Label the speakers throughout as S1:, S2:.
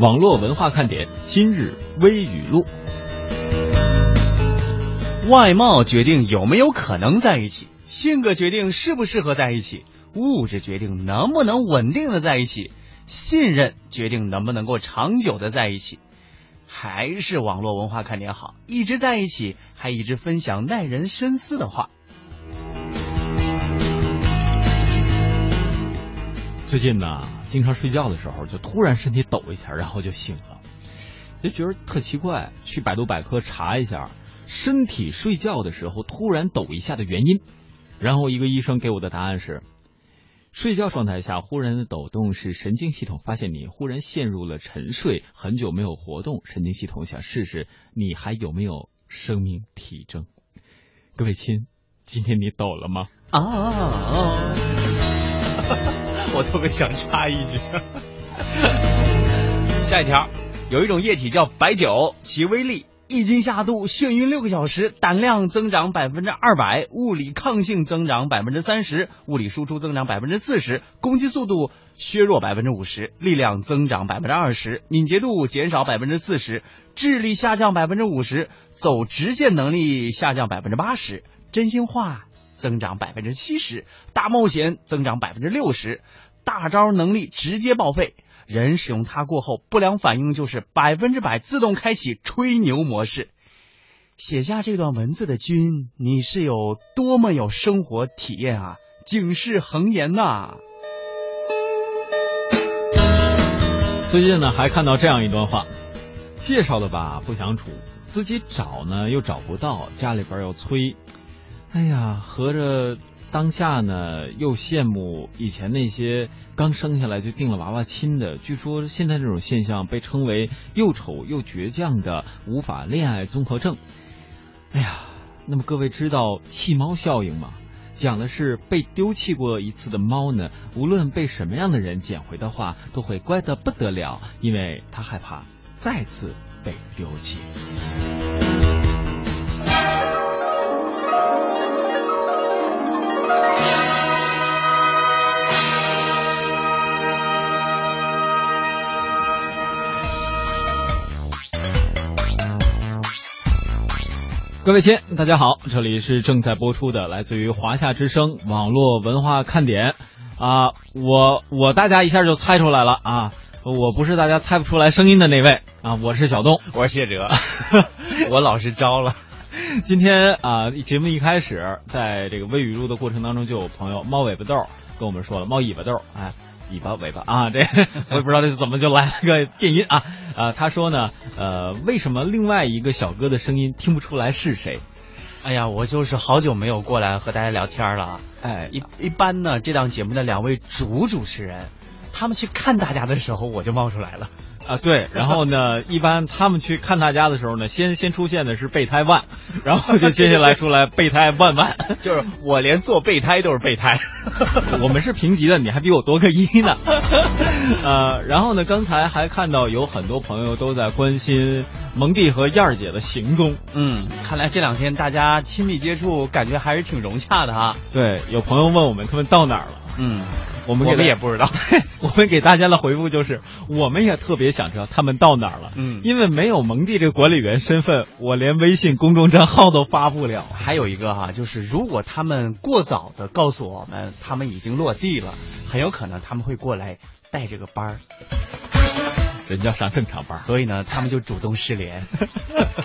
S1: 网络文化看点今日微语录。
S2: 外貌决定有没有可能在一起，性格决定适不适合在一起，物质决定能不能稳定的在一起，信任决定能不能够长久的在一起。还是网络文化看点好，一直在一起，还一直分享耐人深思的话。
S1: 最近呢，经常睡觉的时候就突然身体抖一下，然后就醒了，就觉得特奇怪。去百度百科查一下，身体睡觉的时候突然抖一下的原因。然后一个医生给我的答案是：睡觉状态下忽然的抖动是神经系统发现你忽然陷入了沉睡，很久没有活动，神经系统想试试你还有没有生命体征。各位亲，今天你抖了吗？
S2: 啊、哦，我特别想插一句。下一条，有一种液体叫白酒，其威力一斤下肚，眩晕六个小时，胆量增长百分之二百，物理抗性增长百分之三十，物理输出增长百分之四十，攻击速度削弱百分之五十，力量增长百分之二十，敏捷度减少百分之四十，智力下降百分之五十，走直线能力下降百分之八十，真心话。增长百分之七十，大冒险增长百分之六十，大招能力直接报废。人使用它过后，不良反应就是百分之百自动开启吹牛模式。写下这段文字的君，你是有多么有生活体验啊！警示恒言呐、啊！
S1: 最近呢，还看到这样一段话：介绍的吧不想处，自己找呢又找不到，家里边又催。哎呀，合着当下呢，又羡慕以前那些刚生下来就定了娃娃亲的。据说现在这种现象被称为又丑又倔强的无法恋爱综合症。哎呀，那么各位知道弃猫效应吗？讲的是被丢弃过一次的猫呢，无论被什么样的人捡回的话，都会乖得不得了，因为它害怕再次被丢弃。各位亲，大家好，这里是正在播出的来自于华夏之声网络文化看点啊，我我大家一下就猜出来了啊，我不是大家猜不出来声音的那位啊，我是小东，
S2: 我是 谢哲，我老是招了。
S1: 今天啊，节目一开始，在这个微语录的过程当中，就有朋友猫尾巴豆跟我们说了，猫尾巴豆，哎。尾巴尾巴啊，这 我也不知道这怎么就来了个电音啊啊！他说呢，呃，为什么另外一个小哥的声音听不出来是谁？
S2: 哎呀，我就是好久没有过来和大家聊天了。啊
S1: 哎，
S2: 一一般呢，这档节目的两位主主持人，他们去看大家的时候，我就冒出来了。
S1: 啊，对，然后 呢，一般他们去看大家的时候呢，先先出现的是备胎 万，然后就接下来出来备胎万万，
S2: 就是我连做备胎都是备胎，
S1: 我们是平级的，你还比我多个一 呢。呃，然后呢，刚才还看到有很多朋友都在关心蒙蒂和燕儿姐的行踪，
S2: 嗯，看来这两天大家亲密接触，感觉还是挺融洽的哈。
S1: 对，有朋友问我们他们到哪儿了，
S2: 嗯。
S1: 我们
S2: 我们也不知道，
S1: 我们给大家的回复就是，我们也特别想知道他们到哪儿了。
S2: 嗯，
S1: 因为没有蒙蒂这个管理员身份，我连微信公众账号都发不了。
S2: 还有一个哈、啊，就是如果他们过早的告诉我们他们已经落地了，很有可能他们会过来带这个班儿，
S1: 人家上正常班，
S2: 所以呢，他们就主动失联。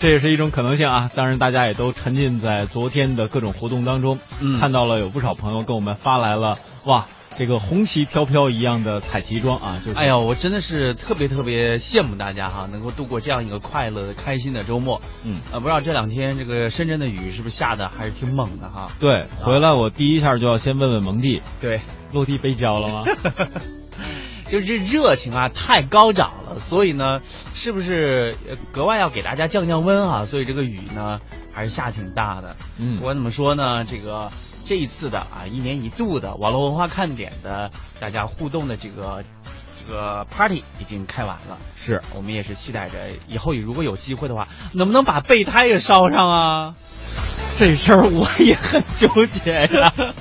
S1: 这也是一种可能性啊！当然，大家也都沉浸在昨天的各种活动当中，
S2: 嗯、
S1: 看到了有不少朋友跟我们发来了哇，这个红旗飘飘一样的彩旗装啊！就是
S2: 哎呀，我真的是特别特别羡慕大家哈、啊，能够度过这样一个快乐的、开心的周末。
S1: 嗯，
S2: 呃，不知道这两天这个深圳的雨是不是下的还是挺猛的哈？
S1: 对，回来我第一下就要先问问蒙蒂，
S2: 对，
S1: 落地背胶了吗？
S2: 就是这热情啊，太高涨了，所以呢，是不是呃格外要给大家降降温啊？所以这个雨呢，还是下挺大的。
S1: 嗯，
S2: 不管怎么说呢，这个这一次的啊，一年一度的网络文化看点的大家互动的这个这个 party 已经开完了。
S1: 是
S2: 我们也是期待着以后如果有机会的话，能不能把备胎也捎上啊？
S1: 这事儿我也很纠结 呀、啊。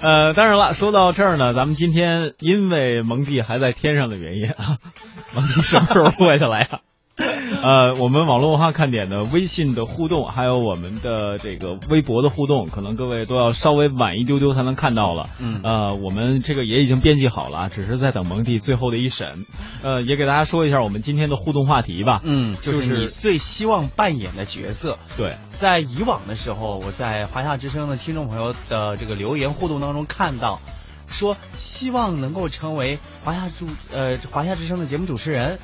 S1: 呃，当然了，说到这儿呢，咱们今天因为蒙蒂还在天上的原因啊， 你什么时候过下来呀、 呃，我们网络文化看点的微信的互动，还有我们的这个微博的互动，可能各位都要稍微晚一丢丢才能看到了。
S2: 嗯
S1: 呃，我们这个也已经编辑好了啊，只是在等蒙蒂最后的一审。呃，也给大家说一下我们今天的互动话题吧。
S2: 嗯，就
S1: 就是
S2: 是你最希望扮演的角色。
S1: 对，
S2: 在以往的时候，我在华夏之声的听众朋友的这个留言互动当中看到，说希望能够成为华夏主呃华夏之声的节目主持人，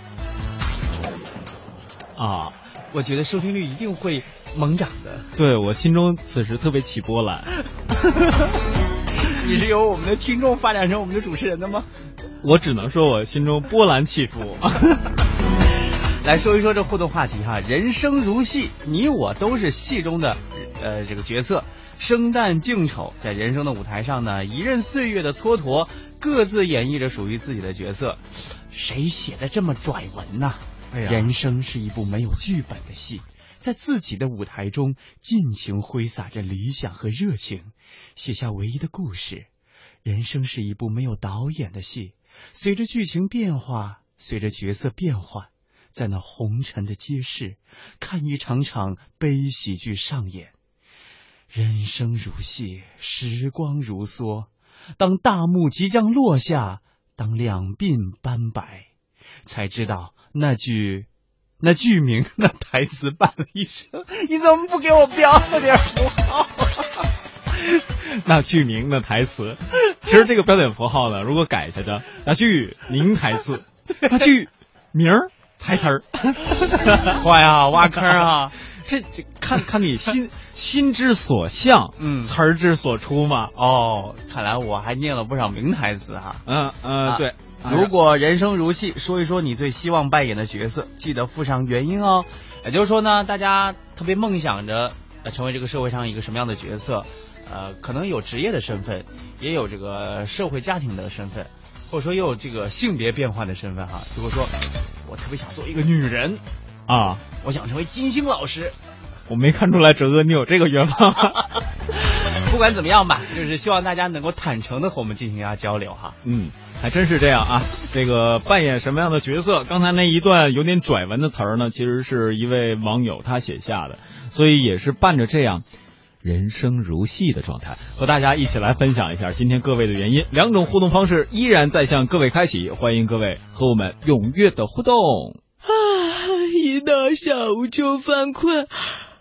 S1: 啊，
S2: 我觉得收听率一定会猛涨的。
S1: 对我心中此时特别起波澜。
S2: 你是由我们的听众发展成我们的主持人的吗？
S1: 我只能说我心中波澜起伏。
S2: 来说一说这互动话题哈，人生如戏，你我都是戏中的呃这个角色，生旦净丑，在人生的舞台上呢，一任岁月的蹉跎，各自演绎着属于自己的角色。谁写的这么拽文呐、
S1: 哎呀
S2: 人生是一部没有剧本的戏，在自己的舞台中尽情挥洒着理想和热情，写下唯一的故事。人生是一部没有导演的戏，随着剧情变化，随着角色变换，在那红尘的街市，看一场场悲喜剧上演。人生如戏，时光如梭。当大幕即将落下，当两鬓斑白，才知道那句。那剧名，那台词伴了一生，你怎么不给我标了点符 号？啊
S1: 那剧名那台词，其实这个标点符号呢，如果改下去，那剧名台词， 那剧名儿台词 儿，
S2: 哇呀，挖坑 啊！
S1: 这这看看你 心心之所向，
S2: 嗯
S1: 词儿之所出嘛。
S2: 哦，看来我还念了不少名台词哈。
S1: 嗯嗯，
S2: 啊
S1: 对。
S2: 如果人生如戏，说一说你最希望扮演的角色，记得附上原因哦。也就是说呢，大家特别梦想着、呃、成为这个社会上一个什么样的角色，呃，可能有职业的身份，也有这个社会家庭的身份，或者说也有这个性别变换的身份哈。如果说我特别想做一个女人，
S1: 啊，
S2: 我想成为金星老师，啊
S1: 我没看出来哲哥你有这个愿 望。
S2: 不管怎么样吧，就是希望大家能够坦诚的和我们进行一下交流哈。
S1: 嗯，还真是这样啊。这个扮演什么样的角色？刚才那一段有点拽文的词儿呢，其实是一位网友他写下的，所以也是伴着这样人生如戏的状态，和大家一起来分享一下今天各位的原因。两种互动方式依然在向各位开启，欢迎各位和我们踊跃的互动。
S3: 啊，一到下午就犯困，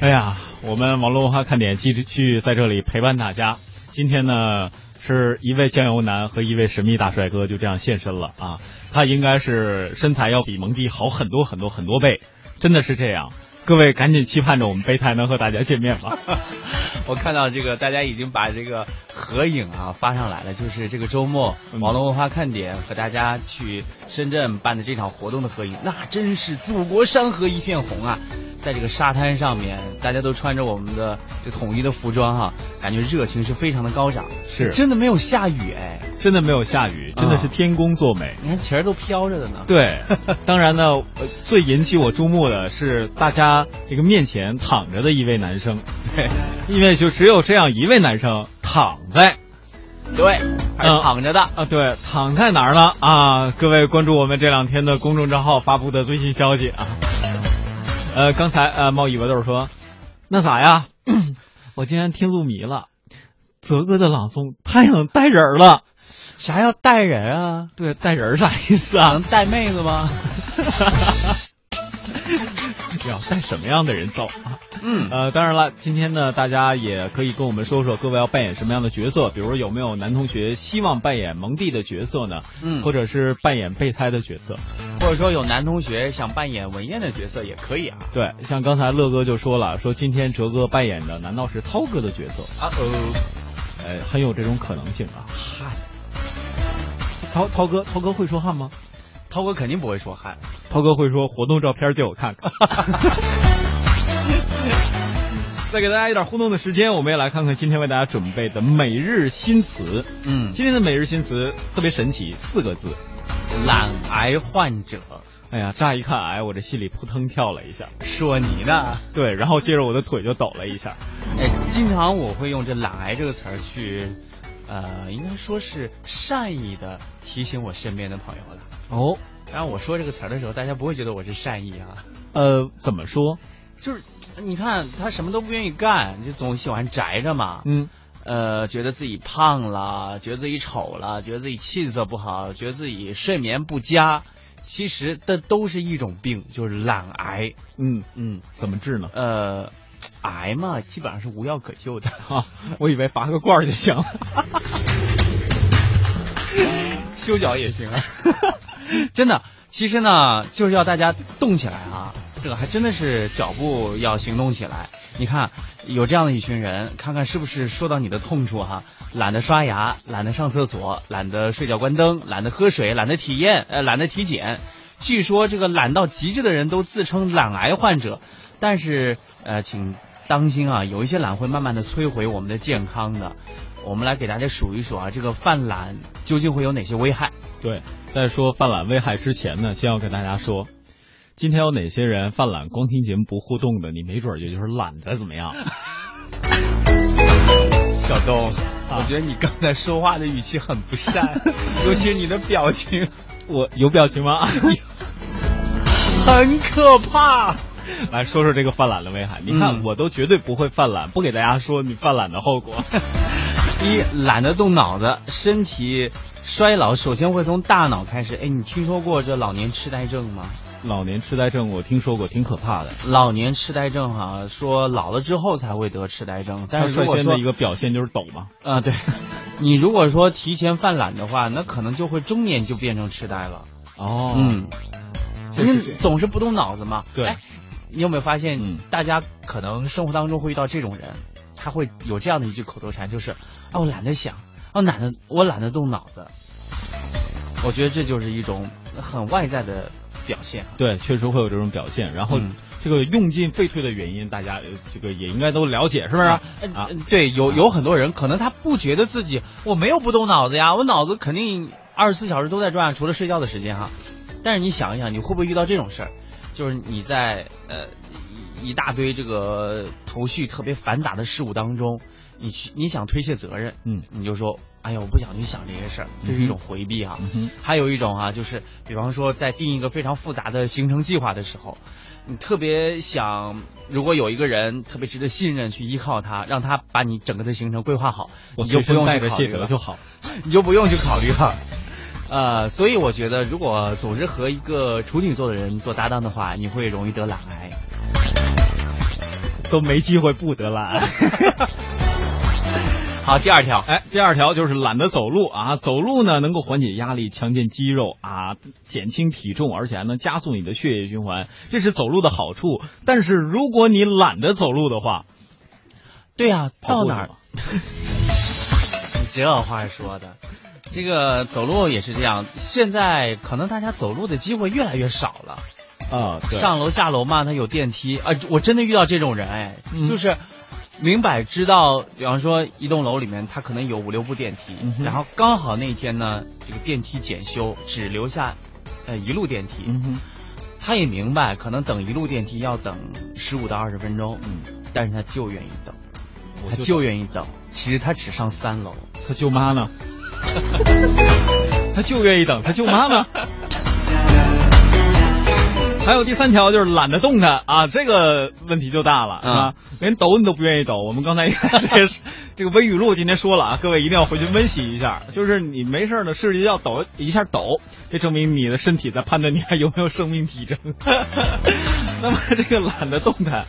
S1: 哎呀，我们网络文化看点继续在这里陪伴大家。今天呢，是一位酱油男和一位神秘大帅哥就这样现身了啊！他应该是身材要比蒙蒂好很多很多很多倍，真的是这样。各位赶紧期盼着我们备胎能和大家见面吧。
S2: 我看到这个，大家已经把这个合影啊发上来了，就是这个周末
S1: 嗯
S2: 网络文化看点和大家去深圳办的这场活动的合影，那真是祖国山河一片红啊！在这个沙滩上面，大家都穿着我们的这统一的服装哈、感觉热情是非常的高涨，
S1: 是
S2: 真的没有下雨哎，
S1: 真的没有下雨，真的是天公作美。
S2: 你看旗儿都飘着的呢。
S1: 对，当然呢， 呃最引起我注目的是大家这个面前躺着的一位男生，因为就只有这样一位男生躺在
S2: 对，还是躺着的。
S1: 啊，对，躺在哪儿呢？啊，各位关注我们这两天的公众账号发布的最新消息啊。呃，刚才呃，冒尾巴豆说，那咋呀？ 我今天听入迷了，泽哥的朗诵太能带人了，啥要带人啊？对，带人啥意思啊？能带妹子吗？ 要带什么样的人走？
S2: 嗯，
S1: 呃，当然了，今天呢，大家也可以跟我们说说各位要扮演什么样的角色，比如有没有男同学希望扮演蒙蒂的角色呢？
S2: 嗯
S1: 或者是扮演备胎的角色。
S2: 或者说有男同学想扮演文燕的角色也可以啊。
S1: 对，像刚才乐哥就说了，说今天哲哥扮演的难道是涛哥的角色？
S2: 啊哦，
S1: 呃，很有这种可能性啊。嗨，涛涛哥，涛哥会说汉吗？
S2: 涛哥肯定不会说汉。
S1: 涛哥会说活动照片借我看 看。再给大家一点互动的时间，我们也来看看今天为大家准备的每日新词。
S2: 嗯
S1: 今天的每日新词特别神奇，四个字。
S2: 懒癌患者
S1: 哎呀，乍一看，哎，我这心里扑腾跳了一下。
S2: 说你呢？
S1: 对，然后接着我的腿就抖了一下。
S2: 哎，经常我会用这“懒癌”这个词儿去，呃，应该说是善意的提醒我身边的朋友了。
S1: 哦，
S2: 当然，我说这个词儿的时候，大家不会觉得我是善意啊，
S1: 呃，怎么说？
S2: 就是你看他什么都不愿意干，就总喜欢宅着嘛。
S1: 嗯，
S2: 呃，觉得自己胖了，觉得自己丑了，觉得自己气色不好，觉得自己睡眠不佳，其实这都是一种病，就是懒癌。
S1: 嗯，
S2: 嗯，
S1: 怎么治呢？
S2: 呃，癌嘛，基本上是无药可救 的。
S1: 啊，我以为拔个罐儿就行了。
S2: 修脚也行啊。 真的，其实呢，就是要大家动起来啊，这个还真的是脚步要行动起来。你看，有这样的一群人，看看是不是说到你的痛处哈、懒得刷牙，懒得上厕所，懒得睡觉关灯，懒得喝水，懒得体验，呃，懒得体检。据说这个懒到极致的人都自称懒癌患者，但是呃，请当心啊，有一些懒会慢慢的摧毁我们的健康的。我们来给大家数一数啊，这个犯懒究竟会有哪些危害？
S1: 对，在说犯懒危害之前呢，先要跟大家说，今天有哪些人犯懒，光听节目不互动的，你没准儿也就是懒得怎么样。
S2: 小东，
S1: 啊
S2: 我觉得你刚才说话的语气很不善， 尤其是你的表情
S1: 我有表情吗？
S2: 很可怕。
S1: 来说说这个犯懒的危害。你看，
S2: 嗯
S1: 我都绝对不会犯懒，不给大家说你犯懒的后 果。
S2: 一懒得动脑子，身体衰老首先会从大脑开始。哎，你听说过这老年痴呆症吗？
S1: 老年痴呆症我听说过，挺可怕的。
S2: 老年痴呆症哈、说老了之后才会得痴呆症，但是
S1: 它
S2: 如
S1: 率
S2: 果
S1: 先
S2: 说
S1: 的一个表现就是抖嘛。
S2: 啊，对， 你如果说提前犯懒的话，那可能就会中年就变成痴呆了。
S1: 哦嗯，
S2: 嗯，因为总是不动脑子嘛。
S1: 对
S2: 哎，你有没有发现，
S1: 嗯
S2: 大家可能生活当中会遇到这种人，他会有这样的一句口头禅，就是啊，我懒得想，啊，懒得，我懒得动脑子。我觉得这就是一种很外在的表现。啊
S1: 对，确实会有这种表现。然后
S2: 嗯
S1: 这个用进废退的原因，大家呃这个也应该都了解，是不是？
S2: 啊
S1: 啊，
S2: 呃对，有有很多人可能他不觉得自己我没有不动脑子呀，我脑子肯定二十四小时都在转，除了睡觉的时间哈。但是你想一想，你会不会遇到这种事儿？就是你在呃一一大堆这个头绪特别繁杂的事物当中，你去你想推卸责任，
S1: 嗯
S2: 你就说，哎呀，我不想去想这些事儿，这是一种回避哈、
S1: 嗯哼
S2: 还有一种啊，就是比方说在定一个非常复杂的行程计划的时候，你特别想，如果有一个人特别值得信任去依靠他，让他把你整个的行程规划好，
S1: 我
S2: 你就
S1: 随
S2: 不
S1: 身
S2: 用
S1: 带
S2: 去
S1: 着
S2: 考
S1: 谢
S2: 虑了
S1: 哲就好。
S2: 你就不用去考虑了。呃，所以我觉得，如果总是和一个处女座的人做搭档的话，你会容易得懒癌。
S1: 都没机会不得 懒。
S2: 好，第二条，
S1: 哎，第二条就是懒得走路啊，走路呢能够缓解压力、强健肌肉啊，减轻体重，而且还能加速你的血液循环，这是走路的好处。但是如果你懒得走路的话，
S2: 对呀、
S1: 跑
S2: 到
S1: 步
S2: 哪儿
S1: 去吧？
S2: 你这话说的，这个走路也是这样。现在可能大家走路的机会越来越少了，
S1: 啊，对，
S2: 上楼下楼嘛，它有电梯啊。我真的遇到这种人哎，
S1: 嗯
S2: 就是明摆知道，比方说一栋楼里面它可能有五六部电梯，
S1: 嗯哼
S2: 然后刚好那天呢，这个电梯检修只留下呃一路电梯，
S1: 嗯哼，
S2: 他也明白可能等一路电梯要等十五到二十分钟，
S1: 嗯，
S2: 但是他就愿意等。
S1: 我
S2: 他
S1: 就
S2: 就愿意等，其实他只上三楼。
S1: 他舅妈呢， 他就愿意等他舅妈呢。还有第三条就是懒得动弹啊，这个问题就大了
S2: 嗯
S1: 啊，连抖你都不愿意抖。我们刚才也这个这个微语录今天说了啊，各位一定要回去温习一下，就是你没事儿呢，试着要抖一下抖，这证明你的身体在判断你还有没有生命体征。那么这个懒得动弹，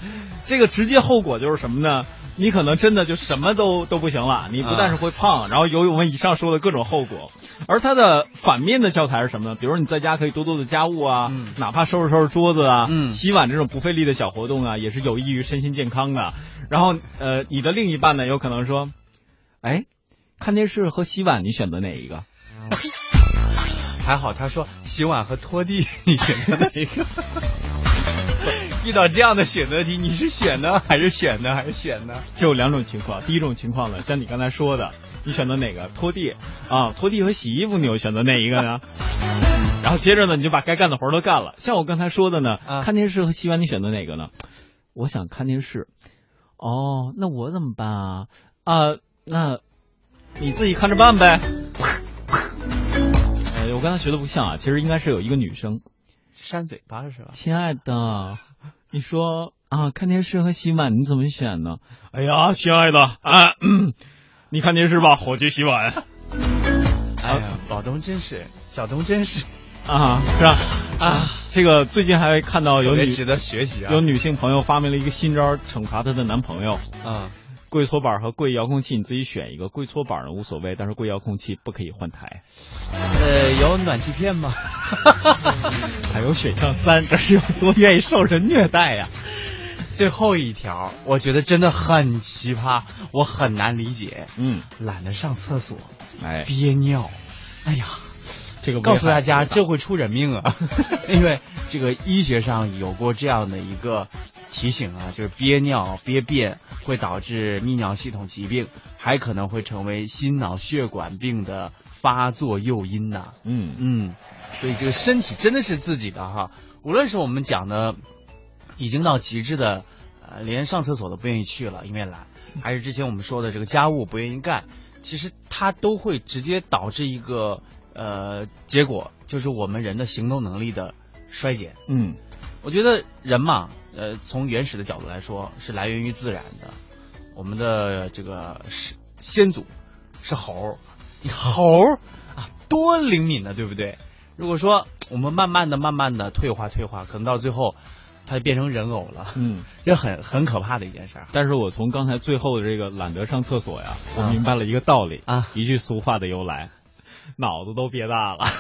S1: 这个直接后果就是什么呢？你可能真的就什么都都不行了，你不但是会胖，然后有我们以上说的各种后果。而它的反面的教材是什么呢？比如你在家可以多做做家务啊，
S2: 嗯
S1: 哪怕收拾收拾桌子啊，
S2: 嗯
S1: 洗碗这种不费力的小活动啊，也是有益于身心健康的。然后呃，你的另一半呢，有可能说，哎，看电视和洗碗，你选择哪一个？
S2: 还好他说洗碗和拖地，你选择哪一个？ 遇到这样的选择题，你是选呢还是选呢还是选呢？
S1: 只有两种情况，第一种情况呢，像你刚才说的，你选择哪个拖地啊？拖地和洗衣服，你又选择哪一个 呢？然后接着呢，你就把该干的活儿都干了。像我刚才说的呢，
S2: 啊
S1: 看电视和洗碗，你选择哪个呢？我想看电视。哦，那我怎么办啊？啊，那你自己看着办呗。呃，我刚才学的不像啊，其实应该是有一个女生，
S2: 扇嘴巴是吧？
S1: 亲爱 的，你说啊，看电视和洗碗你怎么选呢？哎呀，亲爱的啊、 嗯你看电视吧，我去洗碗
S2: 哎呀，老东真是，小东真是
S1: 啊，是吧？啊，这个最近还看到有
S2: 特别
S1: 女
S2: 值得学习啊！
S1: 有女性朋友发明了一个新招儿，惩罚她的男朋友。
S2: 啊，
S1: 跪搓板儿和跪遥控器，你自己选一个。跪搓板儿呢无所谓，但是跪遥控器不可以换台。
S2: 呃，有暖气片吗？哎
S1: 还有选项三，这是有多愿意受人虐待呀、
S2: 最后一条，我觉得真的很奇葩，我很难理解。
S1: 嗯，
S2: 懒得上厕所，
S1: 哎，
S2: 憋尿，哎呀，
S1: 这个危害
S2: 告诉大
S1: 特
S2: 家
S1: 别大
S2: 这会出人命啊！ 因为这个医学上有过这样的一个提醒啊，就是憋尿、憋便会导致泌尿系统疾病，还可能会成为心脑血管病的发作诱因呐、
S1: 嗯
S2: 嗯，所以这个身体真的是自己的哈。无论是我们讲的已经到极致的，呃，连上厕所都不愿意去了，因为懒，还是之前我们说的这个家务不愿意干，其实它都会直接导致一个呃结果，就是我们人的行动能力的衰减。
S1: 嗯
S2: 我觉得人嘛，呃，从原始的角度来说，是来源于自然的。我们的这个是先祖是猴儿， 你猴儿啊，多灵敏的，对不对？如果说我们慢慢的、慢慢的退化、退化，可能到最后，它就变成人偶了，
S1: 嗯。
S2: 这很很可怕的一件事儿。
S1: 但是我从刚才最后的这个懒得上厕所呀，我明白了一个道理
S2: 啊
S1: 一句俗话的由来，脑子都憋大了。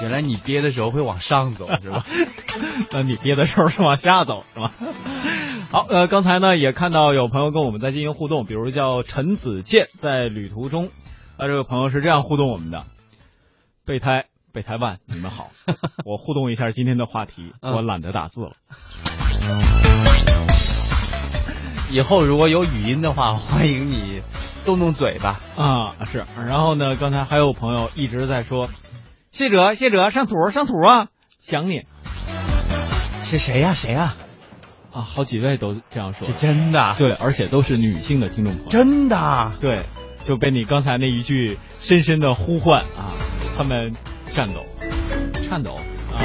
S2: 原来你憋的时候会往上走，是吧？
S1: 那你憋的时候是往下走是吗？好，呃，刚才呢也看到有朋友跟我们在进行互动，比如叫陈子健在旅途中，啊，这位朋友是这样互动我们的：备胎备胎万，你们好， 我互动一下今天的话题，
S2: 嗯
S1: 我懒得打字了。
S2: 以后如果有语音的话，欢迎你动动嘴巴。
S1: 啊，是。然后呢，刚才还有朋友一直在说，谢哲，谢哲，上图上图啊，想你
S2: 是谁呀、谁呀、
S1: 啊，好几位都这样说
S2: 是，真的，
S1: 对，而且都是女性的听众朋友，
S2: 真啊的。
S1: 对，就被你刚才那一句深深的呼唤啊，他们颤抖，颤抖啊，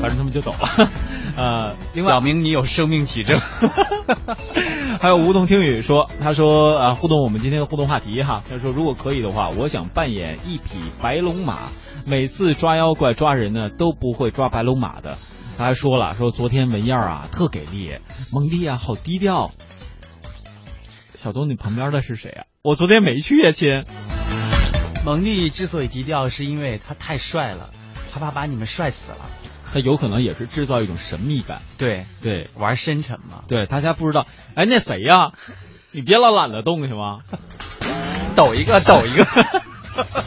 S1: 反正他们就抖了， 呃，另外
S2: 表明你有生命体 征。
S1: 还有梧桐听雨说，他说啊，互动我们今天的互动话题哈，他说如果可以的话，我想扮演一匹白龙马，每次抓妖怪抓人呢都不会抓白龙马的。他还说了，说昨天文燕儿啊特给力，蒙蒂啊好低调。小东，你旁边的是谁啊？我昨天没去呀、亲。
S2: 蒙蒂之所以低调，是因为他太帅了，他怕把你们帅死了。
S1: 他有可能也是制造一种神秘感，
S2: 对，
S1: 对
S2: 玩深沉嘛，
S1: 对，大家不知道。哎，那谁呀、你别老懒得动行吗？
S2: 抖一个，抖一个。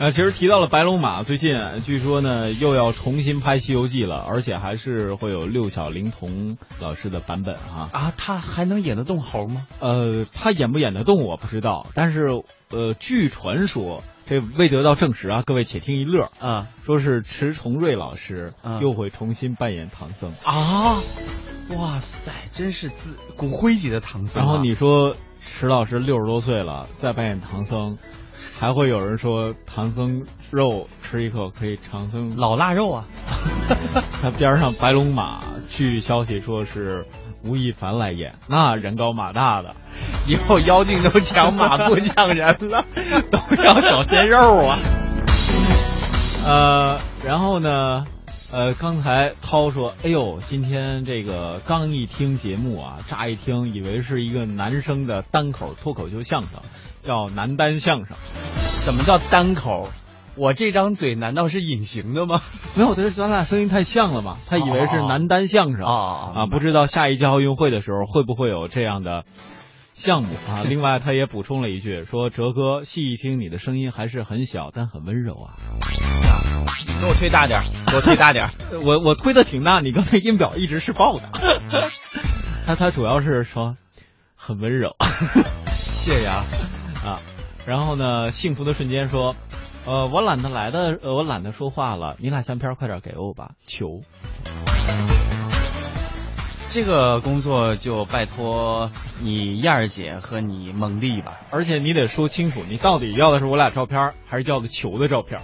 S1: 呃，其实提到了白龙马，最近啊据说呢又要重新拍《西游记》了，而且还是会有六小龄童老师的版本哈、
S2: 啊，他还能演得动猴吗？
S1: 呃，他演不演得动我不知道，但是呃，据传说，这未得到证实啊，各位且听一乐，
S2: 啊
S1: 说是迟重瑞老师
S2: 嗯
S1: 又会重新扮演唐僧。
S2: 啊！哇塞，真是自骨灰级的唐僧啊、
S1: 然后你说迟老师六十多岁了，再扮演唐僧，还会有人说唐僧肉吃一口可以长生
S2: 老腊肉啊，
S1: 他边上白龙马，据消息说是吴亦凡来演，那人高马大 的，
S2: 以后妖精都抢马不抢人 了，都要小鲜肉啊！
S1: 呃，然后呢，呃，刚才涛说，哎呦，今天这个刚一听节目啊，乍一听以为是一个男生的单口脱口秀相声，叫男单相声，
S2: 怎么叫单口？我这张嘴难道是隐形的吗？
S1: 没有，他是咱俩声音太像了嘛，他以为是男单相声
S2: 哦哦哦
S1: 啊，不知道下一届奥运会的时候会不会有这样的。项目啊， 另外他也补充了一句，说哲哥细一听你的声音还是很小，但很温柔啊。
S2: 给我推大点儿，给我推大点儿。
S1: 我我推的挺大，你刚才音表一直是爆 的。他他主要是说很温 柔，谢谢啊啊。然后呢，幸福的瞬间说，呃，我懒得来的，呃我懒得说话了，你俩相片快点给我吧，求。
S2: 这个工作就拜托你燕儿姐和你蒙丽吧。
S1: 而且你得说清楚，你到底要的是我俩照片，还是要的球的照片？